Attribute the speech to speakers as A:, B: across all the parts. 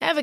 A: Ever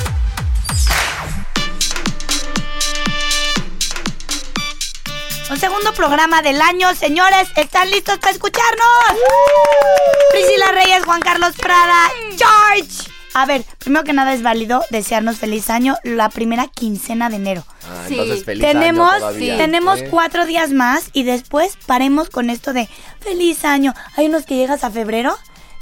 B: Un segundo programa del año, señores. ¿Están listos para escucharnos? Priscila Reyes, Juan Carlos Prada, George. A ver, primero que nada es válido desearnos feliz año la primera quincena de enero.
C: Ah,
D: Sí.
C: entonces feliz año
B: tenemos
C: todavía.
B: tenemos
C: ¿eh?
B: cuatro días más y después paremos con esto de feliz año. Hay unos que llegas a febrero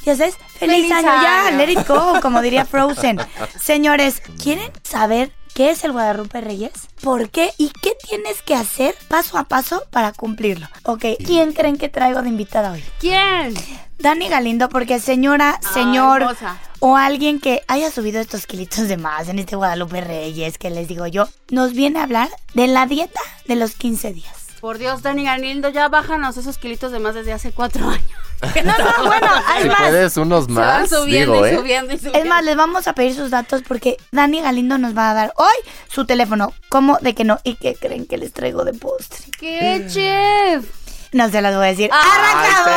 B: y haces feliz,
D: Feliz
B: año, ya,
D: año.
B: let it go, como diría Frozen. Señores, ¿quieren saber qué es el Guadalupe Reyes? ¿Por qué? ¿Y qué tienes que hacer paso a paso para cumplirlo? Ok, ¿quién creen que traigo de invitada hoy?
D: ¿Quién?
B: Dani Galindo, porque señora,
D: Ah,
B: señor
D: hermosa.
B: o alguien que haya subido estos kilitos de más en este Guadalupe Reyes, que les digo yo, nos viene a hablar de la dieta de los 15 días.
D: Por Dios, Dani Ganildo, ya bájanos esos kilitos de más desde hace cuatro años.
B: Que No, no, bueno, es
C: Si
B: más,
C: puedes unos
D: Se van
C: más,
D: subiendo
C: digo,
D: y
C: ¿eh?
D: subiendo y subiendo.
B: es más, les vamos a pedir sus datos porque Dani Galindo nos va a dar hoy su teléfono. ¿Cómo de que no? ¿Y qué creen que les traigo de postre?
D: ¿Qué, chef?
B: No se las voy a decir. ¡Arrancamos!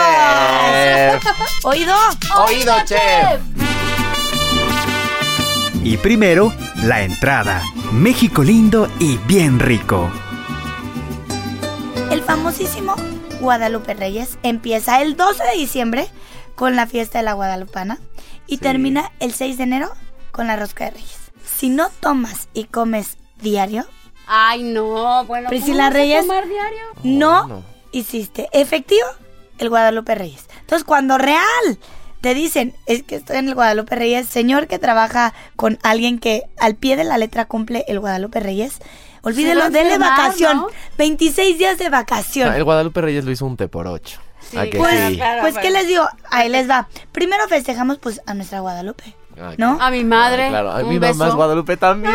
C: Ay, chef.
B: ¿Oído?
C: Oído, chef.
E: Y primero, la entrada. México lindo y bien rico.
B: El famosísimo Guadalupe Reyes empieza el 12 de diciembre con la fiesta de la Guadalupana y termina el 6 de enero con la rosca de Reyes. Si no tomas y comes diario,
D: Ay, no, bueno. ¿cómo
B: Priscila
D: vas a
B: Reyes.
D: tomar diario?
B: no
C: Bueno.
B: hiciste efectivo el Guadalupe Reyes. Entonces, cuando real te dicen, es que estoy en el Guadalupe Reyes, señor que trabaja con alguien que al pie de la letra cumple el Guadalupe Reyes, olvídelo,
D: a
B: denle
D: enfermar,
B: vacación.
D: ¿no?
B: 26 días de vacación.
C: Ah, El Guadalupe Reyes lo hizo un té por ocho.
D: Sí,
C: ¿A que
D: claro,
C: sí?
D: claro,
B: Pues, ¿qué
D: claro.
B: les digo? Ahí les va. Primero festejamos, pues, a nuestra Guadalupe.
C: Ah,
B: ¿No?
D: A mi madre.
C: Ay, claro. Ay,
D: un
C: mi mamá es
D: beso.
C: Guadalupe también.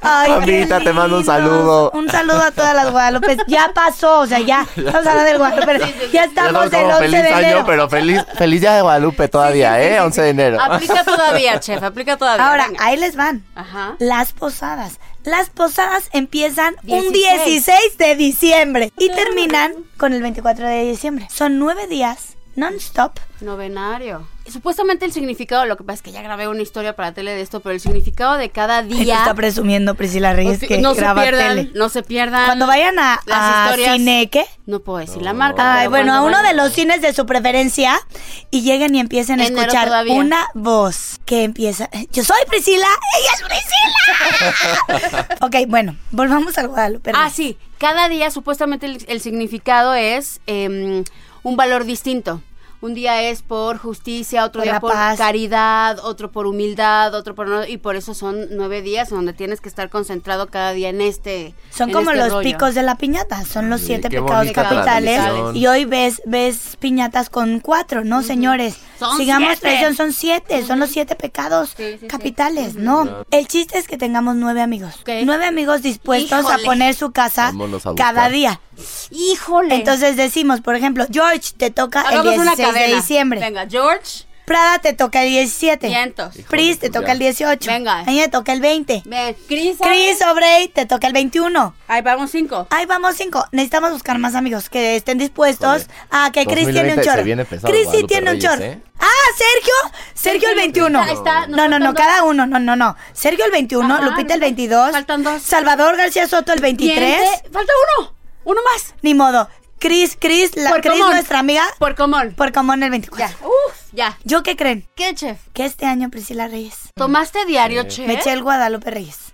B: Ay,
C: Mamita,
B: qué
C: te mando un
B: lindos.
C: saludo.
B: Un saludo a todas las Guadalupes. Ya pasó, o sea, ya. Estamos hablando del Guadalupe. pero Ya
C: Ya
B: estamos
C: sabes
B: del
C: cómo
B: 11 de
C: feliz año,
B: enero.
C: pero feliz, feliz día de Guadalupe todavía, ¿eh? 11 de enero.
B: Ah,
D: Aplica todavía, chef, aplica todavía.
B: Ahora,
D: venga.
B: ahí les van.
D: Ajá.
B: Las posadas. Las posadas empiezan un
D: 16.
B: 16 de diciembre y terminan con el 24 de diciembre. Son nueve días non-stop.
D: Novenario. Y Supuestamente el significado, lo que pasa es que ya grabé una historia para tele de esto, pero el significado de cada
B: Ay, lo
D: día.
B: Está presumiendo Priscila
D: no
B: Reyes
D: se-
B: que
D: no se
B: graba
D: pierdan,
B: tele.
D: no se pierdan.
B: Cuando vayan a,
D: las
B: a
D: historias. Ah,
B: cine, ¿qué?
D: No puedo decir la marca.
B: Ay,
D: pero
B: bueno, a
D: cuando
B: uno de
D: vayan-
B: los cines de su preferencia y lleguen y empiecen a
D: Enero
B: escuchar
D: todavía.
B: una voz que empieza. Yo soy Priscila, ella es Priscila. ok, bueno, volvamos al Guadalupe.
D: Ah, sí. Cada día supuestamente el, el significado es em, un valor distinto. Un día es por justicia, otro
B: Por la
D: día por
B: paz.
D: caridad, otro por humildad, otro por... no- y por eso son nueve días en donde tienes que estar concentrado cada día en este...
B: Son
D: en
B: como
D: este
B: los
D: rollo.
B: picos de la piñata, son los
C: Sí,
B: siete
C: qué
B: pecados
C: bonita
B: capitales.
C: tradición.
B: Y hoy ves, ves piñatas con cuatro, ¿no, señores?
D: Son
B: Sigamos
D: siete.
B: tradición, son siete, son los siete pecados
D: Sí, sí, sí.
B: capitales, ¿no? El chiste es que tengamos nueve amigos.
D: Ok.
B: Nueve amigos dispuestos
D: Híjole.
B: a poner su casa
C: Vámonos a buscar.
B: cada día.
D: Híjole.
B: Entonces decimos, por ejemplo, George, te toca
D: Hagamos
B: el
D: una
B: 16 de
D: cadena.
B: diciembre.
D: Venga, George,
B: Prada te toca el 17.
D: vientos.
B: Pris
C: pues
B: te toca el 18.
D: Venga.
B: A mí me toca el 20.
D: Ven, Cris.
B: Chris Obrey te toca el 21.
D: Ahí vamos cinco.
B: Ahí vamos, 5. Necesitamos buscar más amigos que estén dispuestos
C: Joder.
B: a que Chris tiene un
C: 2020 se
B: chorro.
C: viene pesado,
B: Chris sí
C: Guadalupe
B: tiene un
C: Reyes,
B: chorro.
C: ¿eh?
B: Ah, Sergio. Sergio el 21.
D: Ahí está, nos
B: no, no, no,
D: faltan
B: cada uno. No, no, no. Sergio el 21,
D: Ajá,
B: Lupita el 22.
D: faltan dos.
B: Salvador García Soto el 23.
D: Siguiente. Falta uno. Uno más.
B: Ni modo. Chris, Chris, la,
D: Por
B: Chris
D: común.
B: nuestra amiga.
D: Por común.
B: Por común el 24.
D: Ya. Uf, ya.
B: ¿Yo qué creen?
D: ¿Qué, chef?
B: Que este año Priscila Reyes.
D: ¿Tomaste diario, chef?
B: Me eché el Guadalupe Reyes.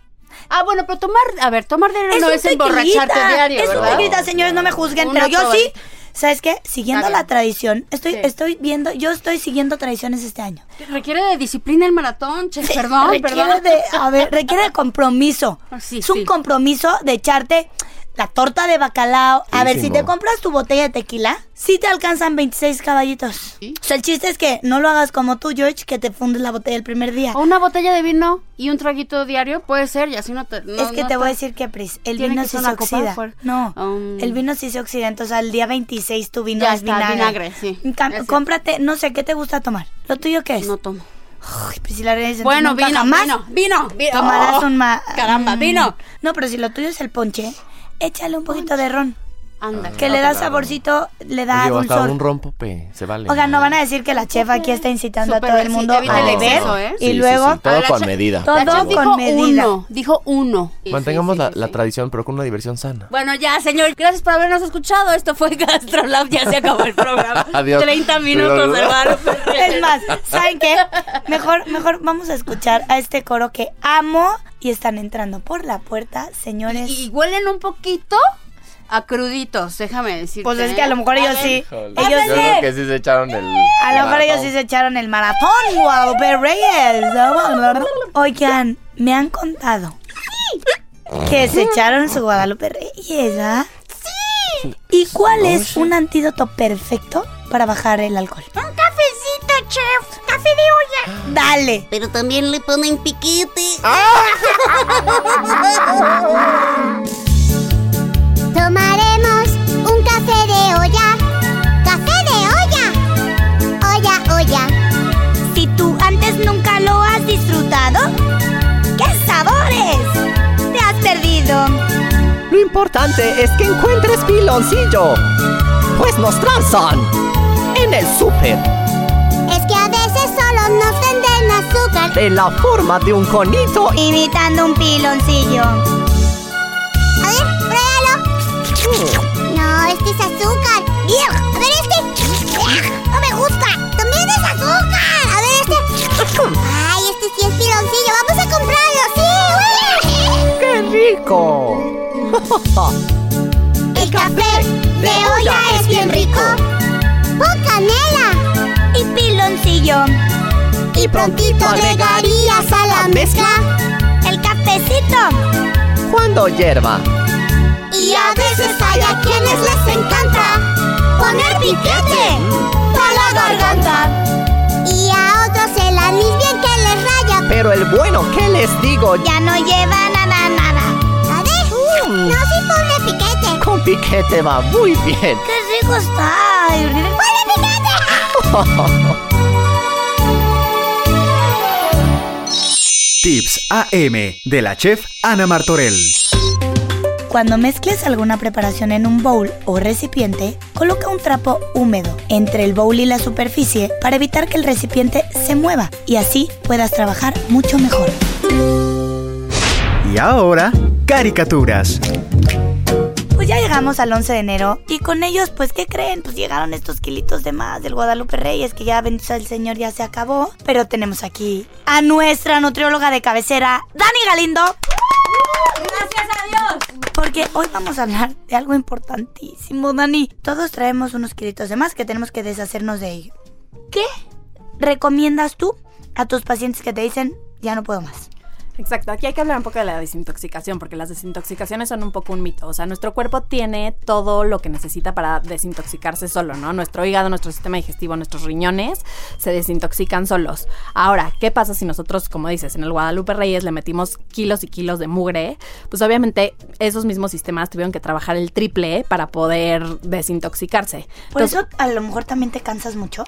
D: Ah, bueno, pero tomar, a ver, tomar diario Ah, no es
B: un tequilita,
D: emborracharte diario,
B: Es un
D: ¿verdad?
B: tequilita, señores, no me juzguen,
D: Una
B: pero yo sí
D: probadita.
B: ¿Sabes qué? Siguiendo
D: Está bien.
B: la tradición, estoy,
D: Sí.
B: estoy viendo, yo estoy siguiendo tradiciones este año.
D: Requiere de disciplina el maratón, che, perdón,
B: requiere
D: perdón.
B: de, a ver, requiere de compromiso.
D: Ah, sí,
B: es un
D: sí.
B: compromiso de echarte la torta de bacalao. A ver, si
C: Riquísimo.
B: te compras tu botella de tequila, sí te alcanzan 26 caballitos. O sea, el chiste es que no lo hagas como tú, George, que te fundes la botella el primer día.
D: O una botella de vino y un traguito diario puede ser, y así no te. no-
B: es que
D: no
B: te voy a
D: estás-
B: decir que, Pris, el
D: Tiene
B: vino
D: que
B: sí
D: ser
B: se
D: una copa
B: oxida.
D: fuerte.
B: No,
D: Um.
B: el vino sí se oxida, entonces al día 26 tu vino
D: Ya
B: es
D: está,
B: vinagre.
D: vinagre, sí,
B: Cam-
D: es cierto.
B: cómprate, no sé, ¿qué te gusta tomar? ¿Lo tuyo qué es?
D: No tomo.
B: Ay, Priscila Reyes, entonces
D: Bueno,
B: nunca
D: vino,
B: jamás
D: vino, vino, vino.
B: tomarás
D: Oh,
B: un ma-
D: Caramba,
B: mm.
D: vino.
B: No, pero si lo tuyo es el ponche, échale un poquito de ron,
D: Anda.
B: que le da saborcito, le da
C: Ah, Oye, o hasta
B: dulzor.
C: un rompope, se vale.
B: Oigan, no van a decir que la chef aquí está incitando
D: Súper,
B: a todo el
D: sí,
B: mundo
D: evita
B: a
D: el
B: beber
D: exceso, ¿eh?
B: y
C: Ah, Sí, sí,
B: luego
C: sí, todo
D: la
C: con
D: cha-
C: medida.
B: todo
D: La chef
B: con
D: dijo
B: medida.
D: uno, dijo uno. Sí,
C: Mantengamos
D: sí,
C: la,
D: sí, sí,
C: la
D: sí.
C: tradición, pero con una diversión sana.
D: Bueno, ya, señor, gracias por habernos escuchado. Esto fue GastroLab, ya se acabó el programa.
C: Adiós.
D: 30 minutos,
C: Lo-
D: hermano.
B: Es más, ¿saben qué? Mejor, mejor vamos a escuchar a este coro que amo y están entrando por la puerta, señores.
D: Y huelen un poquito a cruditos, déjame decirte. ¿eh?
B: pues es que a lo mejor ellos sí. Ellos
C: yo
B: sí.
C: creo que sí se echaron el.
B: A lo mejor
C: el
B: ellos sí se echaron el maratón, Guadalupe Reyes. Oigan, me han contado que se echaron su Guadalupe Reyes, ¿ah? ¡Sí! ¿Y cuál es un antídoto perfecto para bajar el alcohol?
F: Un cafecito, chef. Café de olla.
B: Dale.
F: Pero también le ponen piquete. Tomaremos un café de olla. Café de olla. Olla, olla.
B: Si tú antes nunca lo has disfrutado, ¡qué sabores! Te has perdido.
G: Lo importante es que encuentres piloncillo, pues nos transan en el súper
F: Es que a veces solo nos venden azúcar.
G: de la forma de un conito.
B: Imitando un piloncillo.
F: A ver, pruébalo. No, este es azúcar. Bien. A ver, este. No me gusta. También es azúcar. A ver, este. Ay, este sí es piloncillo. Vamos a comprarlo, sí. ¡Uy!
G: ¡Qué rico!
F: El café de olla es bien rico. Con canela.
B: Y piloncillo.
F: Y prontito agregarías a la mezcla.
B: El cafecito.
G: Cuando hierva,
F: Y a veces hay a quienes les encanta poner piquete para la garganta. Y a otros el anís bien que les raya.
G: pero el bueno, ¿qué les digo?
F: Ya no lleva nada, nada. A
H: Uh.
F: ver, no sí ponle piquete.
G: Con piquete va muy bien.
B: ¡Qué rico está!
F: ¡Ponle piquete!
E: Tips AM de la chef Ana Martorell.
B: Cuando mezcles alguna preparación en un bowl o recipiente, coloca un trapo húmedo entre el bowl y la superficie para evitar que el recipiente se mueva y así puedas trabajar mucho mejor.
E: Y ahora, caricaturas.
B: Pues ya llegamos al 11 de enero y con ellos, pues, ¿qué creen? Pues llegaron estos kilitos de más del Guadalupe Reyes que ya bendito sea el Señor ya se acabó. Pero tenemos aquí a nuestra nutrióloga de cabecera, Dani Galindo. Gracias a Dios. Porque hoy vamos a hablar de algo importantísimo, Dani. Todos traemos unos kilitos de más que tenemos que deshacernos de ellos. ¿Qué recomiendas tú a tus pacientes que te dicen, ya no puedo más?
H: Exacto, aquí hay que hablar un poco de la desintoxicación, porque las desintoxicaciones son un poco un mito. O sea, nuestro cuerpo tiene todo lo que necesita para desintoxicarse solo, ¿no? Nuestro hígado, nuestro sistema digestivo, nuestros riñones se desintoxican solos. Ahora, ¿qué pasa si nosotros, como dices, en el Guadalupe Reyes le metimos kilos y kilos de mugre? Pues obviamente esos mismos sistemas tuvieron que trabajar el triple para poder desintoxicarse.
B: Por
H: Entonces-
B: eso a lo mejor también te cansas mucho.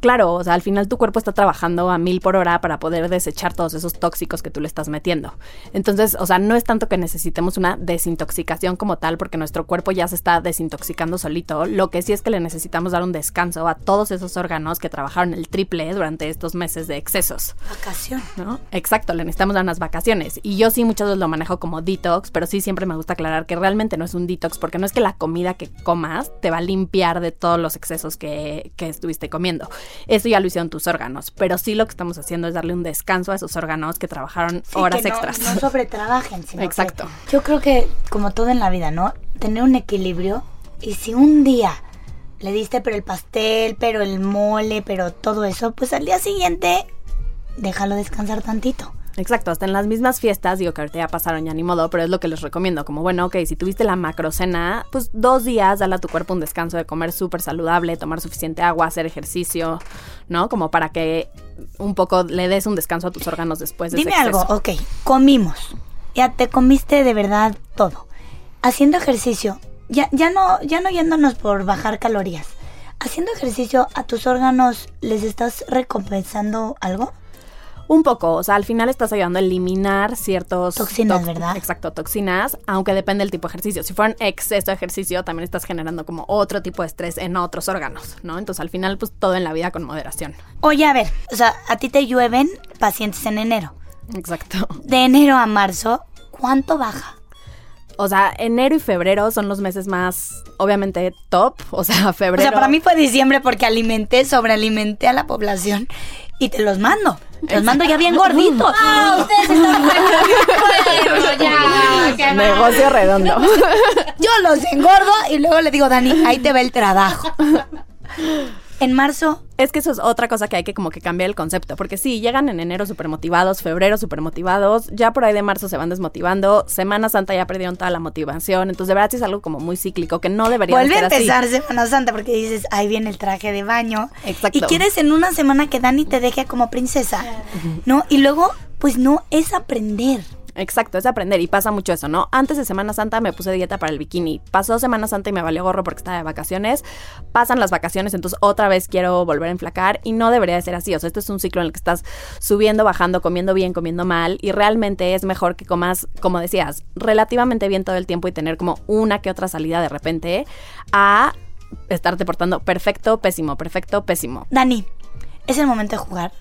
H: Claro, o sea, al final tu cuerpo está trabajando a mil por hora para poder desechar todos esos tóxicos que tú le estás metiendo. Entonces, o sea, no es tanto que necesitemos una desintoxicación como tal, porque nuestro cuerpo ya se está desintoxicando solito. Lo que sí es que le necesitamos dar un descanso a todos esos órganos que trabajaron el triple durante estos meses de excesos.
B: Vacación.
H: ¿no? Exacto, le necesitamos dar unas vacaciones. Y yo sí muchas veces lo manejo como detox, pero sí siempre me gusta aclarar que realmente no es un detox, porque no es que la comida que comas te va a limpiar de todos los excesos que, que estuviste comiendo. Eso ya lo hicieron tus órganos, pero sí lo que estamos haciendo es darle un descanso a esos órganos que trabajaron
B: Sí,
H: horas
B: que no-
H: extras.
B: No, sobretrabajen, sino que-
H: Exacto.
B: yo creo que, como todo en la vida, ¿no? Tener un equilibrio y si un día le diste pero el pastel, pero el mole, pero todo eso, pues al día siguiente déjalo descansar tantito.
H: Exacto, hasta en las mismas fiestas, digo que ahorita ya pasaron ya ni modo, pero es lo que les recomiendo, como bueno, ok, si tuviste la macrocena, pues dos días, dale a tu cuerpo un descanso de comer súper saludable, tomar suficiente agua, hacer ejercicio, ¿no? Como para que un poco le des un descanso a tus órganos después de
B: Dime
H: ese
B: algo,
H: exceso.
B: ok, comimos. Ya te comiste de verdad todo. Haciendo ejercicio, ya, ya, no, ya no yéndonos por bajar calorías. Haciendo ejercicio, ¿a tus órganos les estás recompensando algo?
H: Un poco, o sea, al final estás ayudando a eliminar ciertos...
B: Toxinas,
H: tox-
B: ¿verdad?
H: Exacto, toxinas, aunque depende del tipo de ejercicio. Si fuera un exceso de ejercicio, también estás generando como otro tipo de estrés en otros órganos, ¿no? Entonces, al final, pues todo en la vida con moderación.
B: Oye, a ver, o sea, a ti te llueven pacientes en enero.
H: Exacto.
B: De enero a marzo, ¿cuánto baja?
H: O sea, enero y febrero son los meses más, obviamente, top. O sea,
B: O
H: febrero.
B: sea, para mí fue diciembre porque alimenté, sobrealimenté a la población y te los mando. Te los mando ya bien gorditos.
F: ¡Ah, ustedes están ya! ¡Qué
H: Negocio redondo.
B: Yo los engordo y luego le digo, Dani, ahí te va el trabajo. En marzo,
H: Es que eso es otra cosa que hay que como que cambiar el concepto. Porque sí, llegan en enero súper motivados, febrero súper motivados. Ya por ahí de marzo se van desmotivando. Semana Santa ya perdieron toda la motivación. Entonces, de verdad, sí es algo como muy cíclico que no debería de
B: vuelve a
H: ser así.
B: empezar Semana Santa porque dices, ahí viene el traje de baño.
H: Exacto.
B: Y quieres en una semana que Dani te deje como princesa, ¿no? Y luego, pues no, es aprender.
H: Exacto, es aprender y pasa mucho eso, ¿no? Antes de Semana Santa me puse dieta para el bikini. Pasó Semana Santa y me valió gorro porque estaba de vacaciones. Pasan las vacaciones, entonces otra vez quiero volver a enflacar y no debería de ser así. O sea, este es un ciclo en el que estás subiendo, bajando, comiendo bien, comiendo mal y realmente es mejor que comas, como decías, relativamente bien todo el tiempo y tener como una que otra salida de repente a estarte portando perfecto, pésimo, perfecto, pésimo.
B: Dani, es el momento de jugar.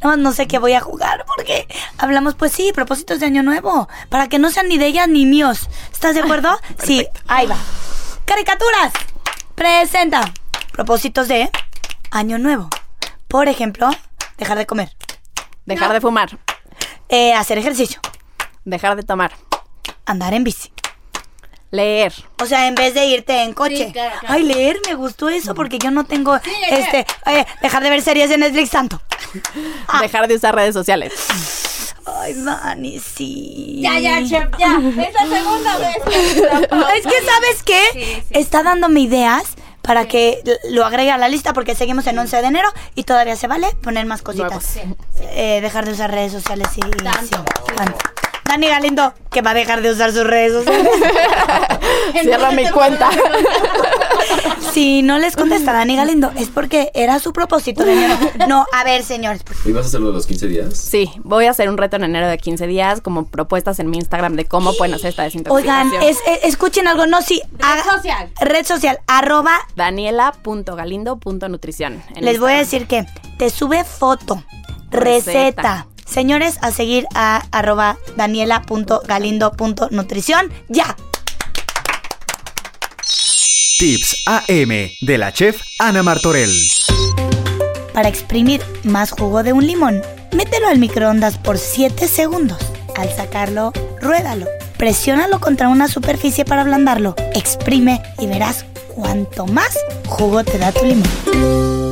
B: Nada más no sé qué voy a jugar porque hablamos, pues sí, propósitos de año nuevo. Para que no sean ni de ellas ni míos. ¿Estás de
F: Ah,
B: acuerdo? sí, ahí va. Caricaturas. Presenta. Propósitos de año nuevo. Por ejemplo, dejar de comer.
H: Dejar de fumar,
B: eh, hacer ejercicio.
H: dejar de tomar,
B: Andar en bici.
H: leer.
B: O sea, en vez de irte en coche.
F: Sí, claro, claro.
B: Ay, leer, me gustó eso porque yo no tengo este eh, dejar de ver series en Netflix tanto.
H: Dejar de usar redes sociales.
B: Ay, Dani, sí.
F: ¡Ya, ya, chef, ya! ¡Es la segunda vez!
B: Es que, ¿sabes qué? Está dándome ideas para que l- lo agregue a la lista porque seguimos en 11 de enero y todavía se vale poner más cositas.
H: Nuevos.
B: Eh, dejar de usar redes sociales y... sí, tanto. Dani Galindo, que va a dejar de usar sus redes sociales.
H: Cierra mi cuenta.
B: si no les contesta Dani Galindo, es porque era su propósito de enero. No, a ver, señores. pues,
I: ¿Y vas a hacerlo de los 15 días?
H: Sí, voy a hacer un reto en enero de 15 días, como propuestas en mi Instagram de cómo pueden hacer esta desintoxicación.
B: Oigan, es- es- escuchen algo. No, sí. haga-
D: social.
B: Red social, arroba
H: Daniela.galindo.nutrición. en
B: Les voy a
H: Instagram.
B: decir que te sube foto, receta.
H: Receta.
B: Señores, a seguir a arroba daniela.galindo.nutrición. Ya.
E: Tips AM de la chef Ana Martorell.
B: Para exprimir más jugo de un limón, mételo al microondas por 7 segundos. Al sacarlo, ruédalo. Presiónalo contra una superficie para ablandarlo. Exprime y verás cuanto más jugo te da tu limón.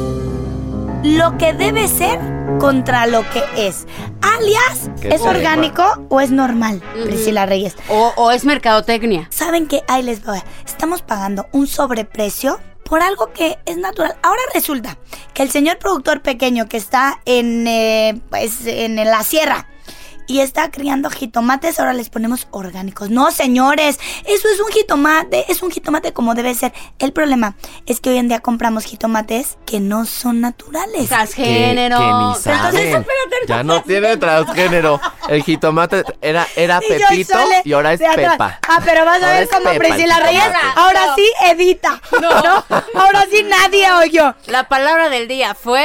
B: Lo que debe ser contra lo que es. Alias,
C: Que
B: ¿es
C: se
B: orgánico o es normal? Priscila Reyes.
D: O, o es mercadotecnia.
B: ¿Saben qué? Ahí les voy. Estamos pagando un sobreprecio por algo que es natural. Ahora resulta que el señor productor pequeño que está en, eh, pues, en la sierra y está criando jitomates, ahora les ponemos orgánicos. No, señores, eso es un jitomate, es un jitomate como debe ser. El problema es que hoy en día compramos jitomates que no son naturales.
D: Transgénero.
C: Que, ni
D: Pero entonces-
C: saben. ya no tiene transgénero. El jitomate era, era Pepito
B: Joy Sole
C: y ahora es
B: de atrás.
C: Pepa.
B: Ah, pero vas a
C: Ahora
B: ver
C: es
B: como
C: Pepa,
B: Priscila
C: el
B: Reyes.
C: jitomate.
B: Ahora sí, Edita. No. Ahora sí, nadie oyó.
D: La palabra del día fue.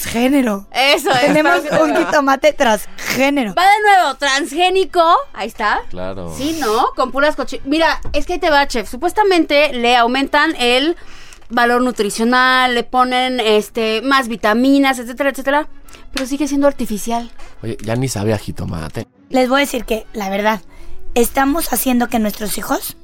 B: Transgénero.
D: Eso es.
B: Tenemos
D: transgénero.
B: un jitomate transgénero.
D: Va de nuevo, transgénico. Ahí está.
C: Claro.
D: Sí, ¿no? Con puras cochi... Mira, es que ahí te va, chef. Supuestamente le aumentan el valor nutricional, le ponen este más vitaminas, etcétera, etcétera. Pero sigue siendo artificial.
C: Oye, ya ni sabe a jitomate.
B: Les voy a decir que, la verdad, estamos haciendo que nuestros hijos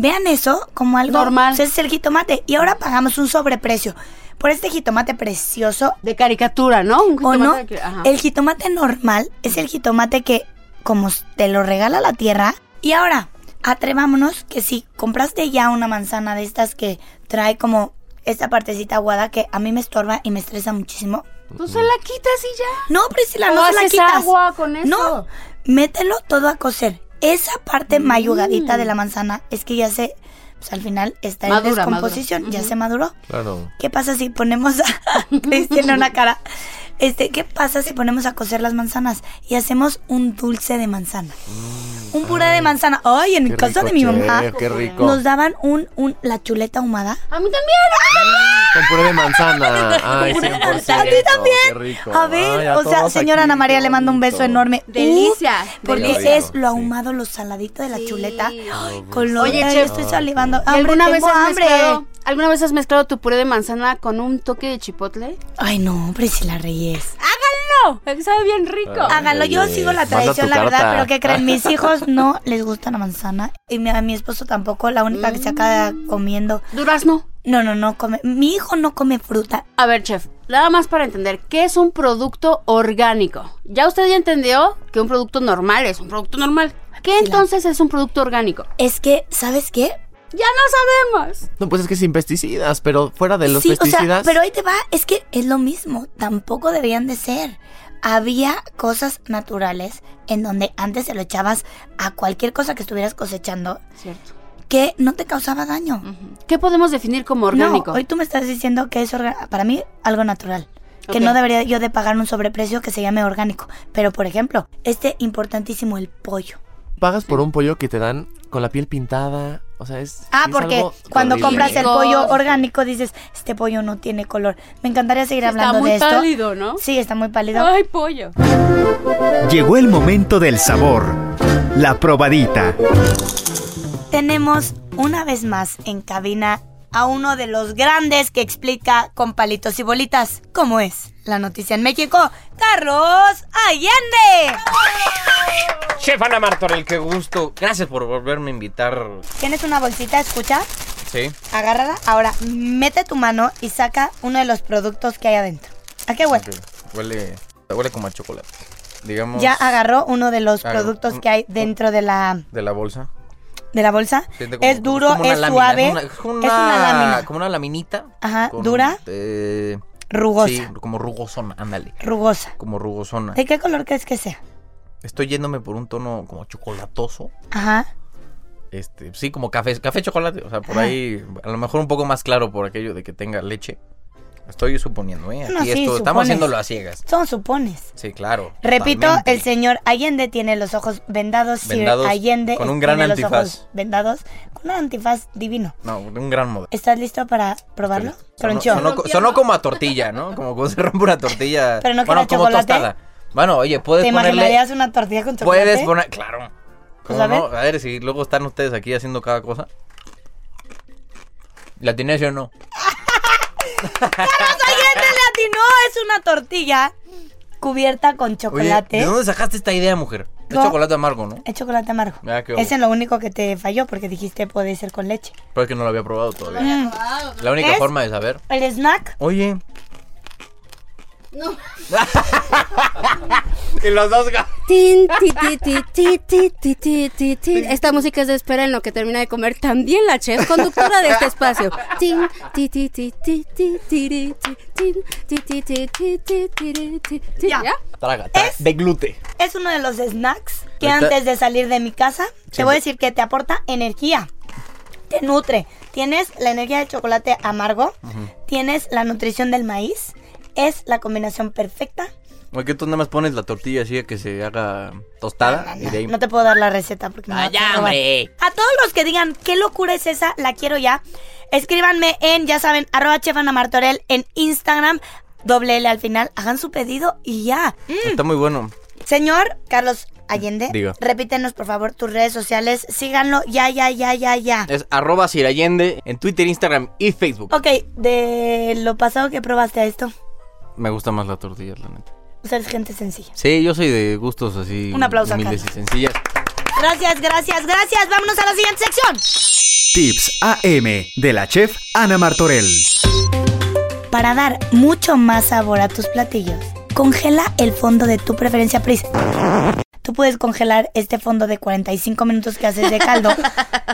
B: Vean eso como algo
D: Normal.
B: O sea, ese es el jitomate. Y ahora pagamos un sobreprecio por este jitomate precioso.
D: De caricatura, ¿no? Un
B: ¿O
D: jitomate
B: no?
D: de que- ajá.
B: El jitomate normal es el jitomate que, como s- te lo regala la tierra. Y ahora, atrevámonos que si compraste ya una manzana de estas que trae como esta partecita aguada que a mí me estorba y me estresa muchísimo.
D: Pues se la quitas y ya.
B: No, Priscila,
D: O
B: no se la
D: haces
B: quitas.
D: agua con eso. Mm.
B: No, mételo todo a cocer. Esa parte mayugadita de la manzana es que ya se, pues al final está en
D: Madura,
B: descomposición,
D: madura.
B: ya se maduró.
C: Claro.
B: ¿Qué pasa si ponemos a Cristina una cara? Este, ¿qué pasa si ponemos a cocer las manzanas y hacemos un dulce de manzana? Un puré de manzana. Ay, en mi
C: Qué
B: casa
C: rico,
B: de mi mamá
C: che, qué rico.
B: nos daban un, un la chuleta ahumada.
D: A mí también.
C: Con puré de manzana. Ay,
B: Con puré de
C: 100%,
B: manzana. ¿A ti
C: Qué
B: también?
C: rico.
B: A ver,
C: Ay, a
B: o sea,
C: todos
B: señora
C: aquí,
B: Ana María le mando un beso
C: todo.
B: enorme. Uh,
D: Delicia,
B: Porque
C: delicia.
B: es lo
C: Sí.
B: ahumado, lo saladito de la
D: Sí.
B: chuleta.
D: Ay,
B: Ay, Con lo
D: Oye,
B: Ay,
D: chef.
B: estoy salivando.
D: ¿Y
B: Hambre,
D: ¿Alguna vez,
B: tengo
D: has
B: hambre.
D: mezclado, ¿Alguna vez has mezclado tu puré de manzana con un toque de chipotle?
B: Ay, no, Priscila Reyes.
D: ¡Háganlo! que Sabe bien rico.
C: Ah.
B: Háganlo, yo
C: Oye,
B: sigo la
C: manda
B: tradición,
C: tu
B: la verdad,
C: carta.
B: pero ¿qué creen? Mis hijos no les gusta la manzana y mi- a mi esposo tampoco, la única que se acaba
D: Mm.
B: comiendo.
D: Durazno.
B: No, no, no come. Mi hijo no come fruta.
D: A ver, chef, nada más para entender, ¿qué es un producto orgánico? Ya usted ya entendió que un producto normal es un producto normal. ¿Qué entonces es un producto orgánico?
B: Es que, ¿sabes qué?
D: Ya no sabemos.
C: No, pues es que sin pesticidas, pero fuera de los
B: sí, o sea,
C: pesticidas.
B: pero ahí te va, es que es lo mismo, tampoco deberían de ser. Había cosas naturales en donde antes se lo echabas a cualquier cosa que estuvieras cosechando
D: Cierto.
B: que no te causaba daño.
D: ¿Qué podemos definir como
B: No,
D: orgánico?
B: hoy tú me estás diciendo que es orga- para mí algo natural. Que
D: Ok.
B: no debería yo de pagar un sobreprecio que se llame orgánico. Pero, por ejemplo, este importantísimo, el pollo.
C: Pagas por un pollo que te dan con la piel pintada. O sea, es.
B: Ah,
C: es
B: porque
C: algo
B: cuando
C: terrible.
B: compras el
D: Chicos.
B: pollo orgánico dices, este pollo no tiene color. Me encantaría seguir hablando
D: Está muy
B: de esto.
D: pálido, ¿no?
B: Sí, está muy pálido.
D: Ay, pollo.
E: Llegó el momento del sabor. La probadita.
B: Tenemos una vez más en cabina a uno de los grandes que explica con palitos y bolitas cómo es la noticia en México, Carlos Allende.
I: Chef Ana Martorell, qué gusto. Gracias por volverme a invitar.
B: Tienes una bolsita, escucha.
I: Sí.
B: Agárrala. Ahora, mete tu mano y saca uno de los productos que hay adentro. ¿A qué huele?
I: Huele, huele como a chocolate. Digamos.
B: Ya agarró uno de los
I: Agarró.
B: productos que hay dentro de la,
I: De la bolsa.
B: de la bolsa.
I: Siente como-
B: Es duro,
I: como una
B: es
I: lámina,
B: suave.
I: Es una, es una-
B: lámina.
I: Como una laminita.
B: Ajá, dura,
I: eh,
B: rugosa.
I: Sí, como rugosona, ándale.
B: Rugosa.
I: Como rugosona.
B: ¿De qué color crees que sea?
I: Estoy yéndome por un tono como chocolatoso.
B: Ajá.
I: Este, sí, como café, café chocolate. O sea, por ahí, a lo mejor un poco más claro por aquello de que tenga leche. Estoy suponiendo, ¿eh? Aquí
B: No, sí,
I: esto,
B: supones.
I: estamos haciéndolo a ciegas.
B: Son supones.
I: Sí, claro.
B: Repito,
I: totalmente.
B: el señor Allende tiene los ojos vendados. Sir
I: Vendados,
B: Allende
I: con un
B: tiene
I: gran
B: los
I: antifaz.
B: ojos vendados. Con un antifaz divino.
I: No, un gran modelo.
B: ¿Estás listo para probarlo?
I: Sonó,
B: Tronchón.
I: sonó co- sonó como a tortilla, ¿no? Como cuando se rompe una tortilla.
B: Pero no
I: bueno,
B: queda
I: como
B: chocolate.
I: tostada. Bueno, oye, puedes
B: ¿Te
I: ponerle.
B: imaginarías una tortilla con chocolate?
I: Puedes poner. Claro.
B: Pues
I: ¿Cómo
B: a ver.
I: no? A ver, si luego están ustedes aquí haciendo cada cosa. ¿La tienes o no?
B: ¡Carlos Allende le atinó! Es una tortilla cubierta con
I: Oye,
B: chocolate.
I: ¿de dónde sacaste esta idea, mujer? Es
B: No.
I: chocolate amargo, ¿no?
B: Es chocolate amargo.
I: Ah, qué
B: Ese es lo único que te falló porque dijiste puede ser con leche.
I: Pero es que no lo había probado todavía. La única
B: ¿Ves?
I: forma de saber.
B: El snack.
I: Oye. No. y los dos. ga-
D: Tin, ti, ti, ti, ti, ti, ti, ti, ti, tin. Esta música es de espera en lo que termina de comer también la chef conductora de este espacio. Tin, ti, ti, ti, ti, ti, tiri, ti, tin, ti, ti, ti, ti, ti, tiri, ti, ti.
B: Ya.
D: ¿Ya?
I: Traga, traga. De glute.
B: Es uno de los snacks que
I: Ahorita-
B: antes de salir de mi casa te
I: Siempre-
B: voy a decir que te aporta energía. Te nutre. Tienes la energía del chocolate amargo. Tienes la nutrición del maíz. Es la combinación perfecta.
I: Oye, que tú nada más pones la tortilla así a que se haga tostada y de ahí.
B: No te puedo dar la receta porque me la vas a robar. A todos los que digan qué locura es esa, la quiero ya. Escríbanme en, ya saben, arroba chefana martorell en Instagram, doble L al final. Hagan su pedido y ya.
I: Está muy bueno.
B: Señor Carlos Allende,
I: Diga.
B: repítenos por favor tus redes sociales. Síganlo ya, ya, ya, ya, ya.
I: Es arroba Sirallende en Twitter, Instagram y Facebook.
B: Ok, de lo pasado que probaste a esto,
I: Me gusta más la tortilla, la neta.
B: pues eres gente sencilla.
I: Sí, yo soy de gustos así.
B: Un aplauso a
I: Humildes y sencillas.
B: Gracias, gracias, gracias. Vámonos a la siguiente sección.
E: Tips AM de la chef Ana Martorell.
B: Para dar mucho más sabor a tus platillos, congela el fondo de tu preferencia, Pris. Tú puedes congelar este fondo de 45 minutos que haces de caldo.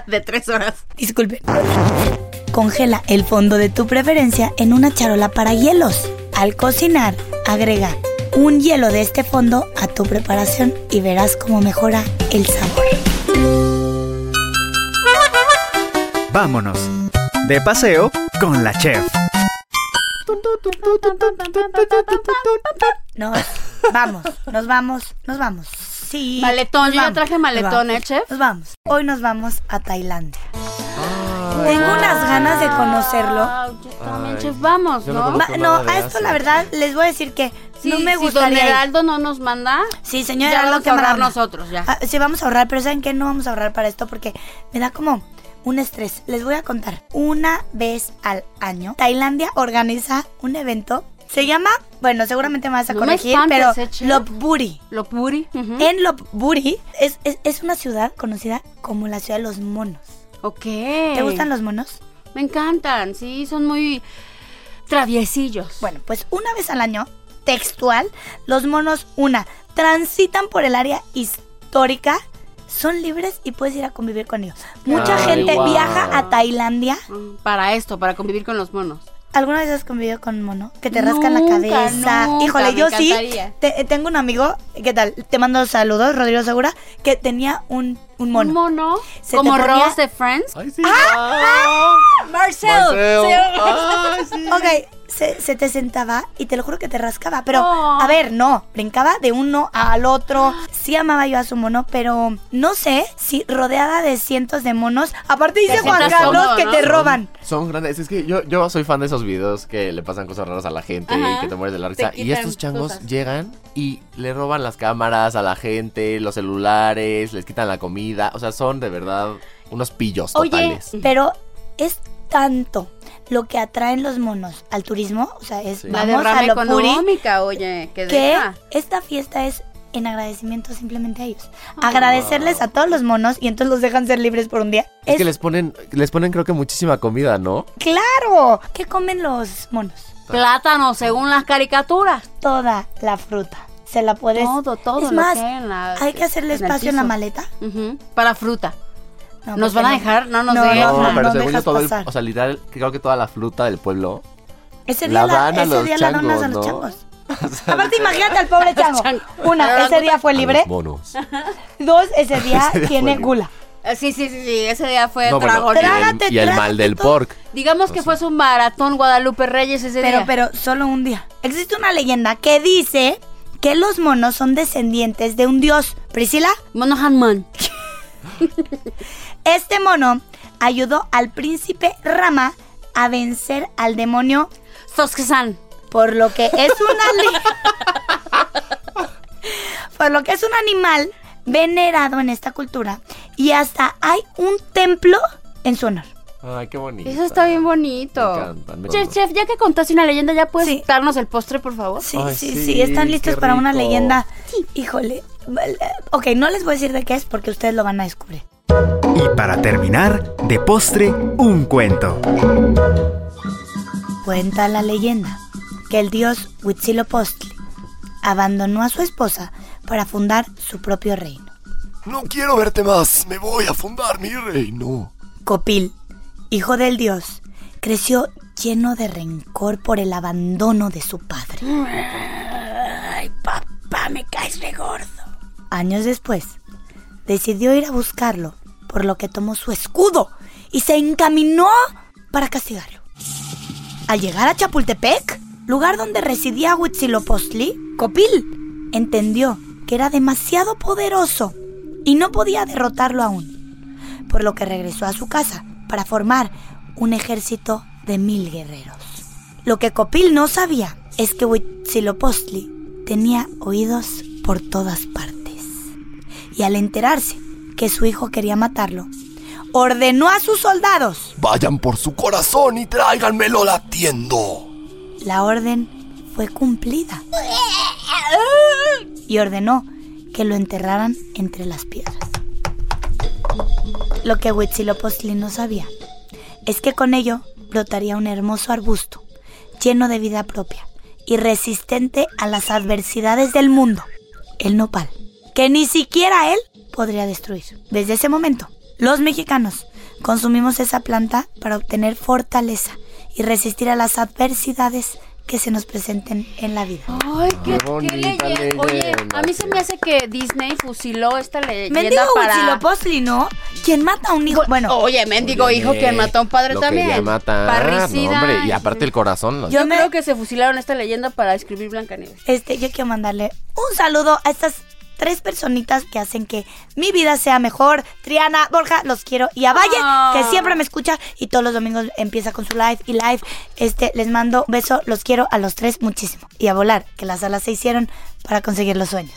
D: de tres horas.
B: Disculpe. Congela el fondo de tu preferencia en una charola para hielos. Al cocinar, agrega un hielo de este fondo a tu preparación y verás cómo mejora el sabor.
E: Vámonos. De paseo con la chef.
B: Nos vamos, nos vamos, nos vamos. Sí.
D: Maletón,
B: nos
D: yo ya
B: vamos,
D: traje
B: nos
D: maletón,
B: vamos,
D: ¿eh, chef?
B: Nos vamos. Hoy nos vamos a Tailandia. Tengo unas ganas de conocerlo.
D: También, chef, vamos,
B: yo
D: ¿no?
B: no conozco Ma- no, nada de a esto Asia. la verdad les voy a decir que
D: Sí,
B: no me
D: si
B: gustaría
D: don
B: ir.
D: Heraldo no nos manda.
B: Sí, señor,
D: ya
B: era lo
D: vamos
B: que
D: a ahorrar
B: mandaba.
D: nosotros, ya.
B: Ah, sí, vamos a ahorrar, pero ¿saben qué? No vamos a ahorrar para esto porque me da como un estrés. Les voy a contar. Una vez al año, Tailandia organiza un evento. Se llama, bueno, seguramente me vas a
D: No me
B: corregir,
D: espantes,
B: pero
D: eh, chef.
B: Lopburi.
D: Lopburi. ujú.
B: En Lopburi es, es, es una ciudad conocida como la ciudad de los monos.
D: Ok.
B: ¿Te gustan los monos?
D: Me encantan, sí, son muy traviesillos.
B: Bueno, pues una vez al año, textual, los monos, una, transitan por el área histórica, son libres y puedes ir a convivir con ellos. Mucha
D: Ay,
B: gente
D: guau.
B: viaja a Tailandia.
D: Para esto, para convivir con los monos.
B: ¿Alguna vez has convivido con un mono? Que te rascan la
D: Nunca,
B: cabeza.
D: nunca,
B: Híjole,
D: me
B: yo sí.
D: encantaría.
B: te- eh, tengo un amigo, ¿qué tal? Te mando saludos, Rodrigo Segura, que tenía un, un mono.
D: Un mono
B: Se
D: como
B: te ponía-
D: Ross de Friends.
B: Marcel.
D: Marcel.
B: Sí.
D: Ay,
B: Ok, se, se te sentaba y te lo juro que te rascaba. Pero,
D: Oh.
B: a ver, no. Brincaba de uno al otro. Sí amaba yo a su mono, pero no sé si rodeada de cientos de monos. Aparte dice Juan
D: sientas
B: Carlos
D: cómodo,
B: que
D: ¿no?
B: te roban.
C: Son grandes. Es que yo, yo soy fan de esos videos que le pasan cosas raras a la gente
D: Ajá.
C: y que te mueres de la
D: Te
C: risa. Y
D: quitan
C: estos changos
D: cosas.
C: llegan y le roban las cámaras a la gente, los celulares, les quitan la comida. O sea, son de verdad unos pillos
B: Oye,
C: totales.
B: pero es tanto lo que atraen los monos al turismo. O sea, es
D: La
B: vamos a
D: derrama
B: lo puri.
D: económica, oye, que
B: que
D: deja.
B: esta fiesta es en agradecimiento simplemente a ellos.
D: Ah.
B: Agradecerles a todos los monos y entonces los dejan ser libres por un día.
C: Es que les ponen, les ponen creo que muchísima comida, ¿no?
B: claro. ¿Qué comen los monos?
D: Plátano, según las caricaturas.
B: Toda la fruta. Se la puedes.
D: Todo, todo.
B: Es
D: lo
B: más,
D: que hay en la-
B: hay que hacerle
D: en el
B: espacio en la
D: piso.
B: maleta.
D: Ujú, Para fruta.
B: No,
D: ¿Nos
B: porque
D: van a dejar? No nos
B: no,
D: dejan.
B: no,
C: No,
B: no
C: pero según yo
B: dejas
C: todo el,
B: pasar.
C: o sea, literal, creo que toda la fruta del pueblo
B: Ese día
C: la
B: la,
C: van a
B: ese
C: los
B: día la donas
C: changos,
B: a los
C: ¿no?
B: changos. Aparte, imagínate al pobre chango.
D: Pero
B: Una,
D: la
B: ese día fue
C: a
B: libre.
C: los monos.
B: Dos, ese día
C: Ese
B: tiene
C: día fue libre.
B: gula.
D: Ah, Sí, sí, sí, sí, ese día fue
C: No, bueno, eh,
D: dragón.
C: y el-
B: Trágate,
C: y el,
B: trágate
C: mal del
B: todo.
C: pork.
D: Digamos que fue su maratón Guadalupe Reyes ese
B: Pero,
D: día.
B: pero solo un día. Existe una leyenda que dice que los monos son descendientes de un dios. Priscila,
D: Mono Hanman.
B: este mono ayudó al príncipe Rama a vencer al demonio,
D: Soskesan.
B: por lo que es una li- por lo que es un animal venerado en esta cultura y hasta hay un templo en su honor.
C: Ay, qué bonito.
D: Eso está bien
C: Me
D: bonito.
C: encantan, me
D: Chef,
C: encantan.
D: chef, ya que contaste una leyenda, ¿ya puedes
B: Sí.
D: darnos el postre, por favor?
B: Sí,
C: Ay,
B: sí, sí,
C: sí,
B: están
C: qué
B: listos para una
C: rico.
B: leyenda. Híjole. vale, Ok, no les voy a decir de qué es porque ustedes lo van a descubrir.
E: Y para terminar, de postre, un cuento.
B: Cuenta la leyenda que el dios Huitzilopochtli abandonó a su esposa para fundar su propio reino.
J: No quiero verte más. Me voy a fundar mi reino.
B: Copil, hijo del dios, creció lleno de rencor por el abandono de su padre.
D: Ay, papá, me caes de gordo.
B: Años después, decidió ir a buscarlo, por lo que tomó su escudo y se encaminó para castigarlo. Al llegar a Chapultepec, lugar donde residía Huitzilopochtli, Copil entendió que era demasiado poderoso y no podía derrotarlo aún, por lo que regresó a su casa para formar un ejército de mil guerreros. Lo que Copil no sabía es que Huitzilopochtli tenía oídos por todas partes y al enterarse que su hijo quería matarlo, ordenó a sus soldados.
J: Vayan por su corazón y tráiganmelo latiendo.
B: La orden fue cumplida y ordenó que lo enterraran entre las piedras. Lo que Huitzilopochtli no sabía es que con ello brotaría un hermoso arbusto lleno de vida propia y resistente a las adversidades del mundo, el nopal, que ni siquiera él podría destruir. Desde ese momento, los mexicanos consumimos esa planta para obtener fortaleza y resistir a las adversidades que se nos presenten en la vida.
D: Ay, qué,
B: Qué bonita
D: qué leyenda.
B: leyenda.
D: Oye, a mí se me hace que Disney fusiló esta leyenda
B: Mendigo
D: para...
B: Huitzilopochtli, ¿no? ¿Quién mata a un hijo? Bueno,
D: oye, mendigo hijo que mató a un padre
C: Lo
D: también.
C: quería matar,
D: Parricida.
C: Ah, no, hombre, y aparte el corazón. lo-
D: Yo, creo que se fusilaron esta leyenda para escribir Blancanieves.
B: Este, yo quiero mandarle un saludo a estas tres personitas que hacen que mi vida sea mejor. Triana, Borja, los quiero. Y a Valle,
D: Ah.
B: que siempre me escucha y todos los domingos empieza con su live y live. Este, les mando un beso, los quiero a los tres muchísimo. Y a volar, que las alas se hicieron para conseguir los sueños.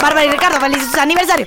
B: Bárbara y Ricardo, feliz aniversario.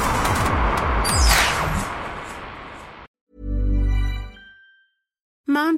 K: Mom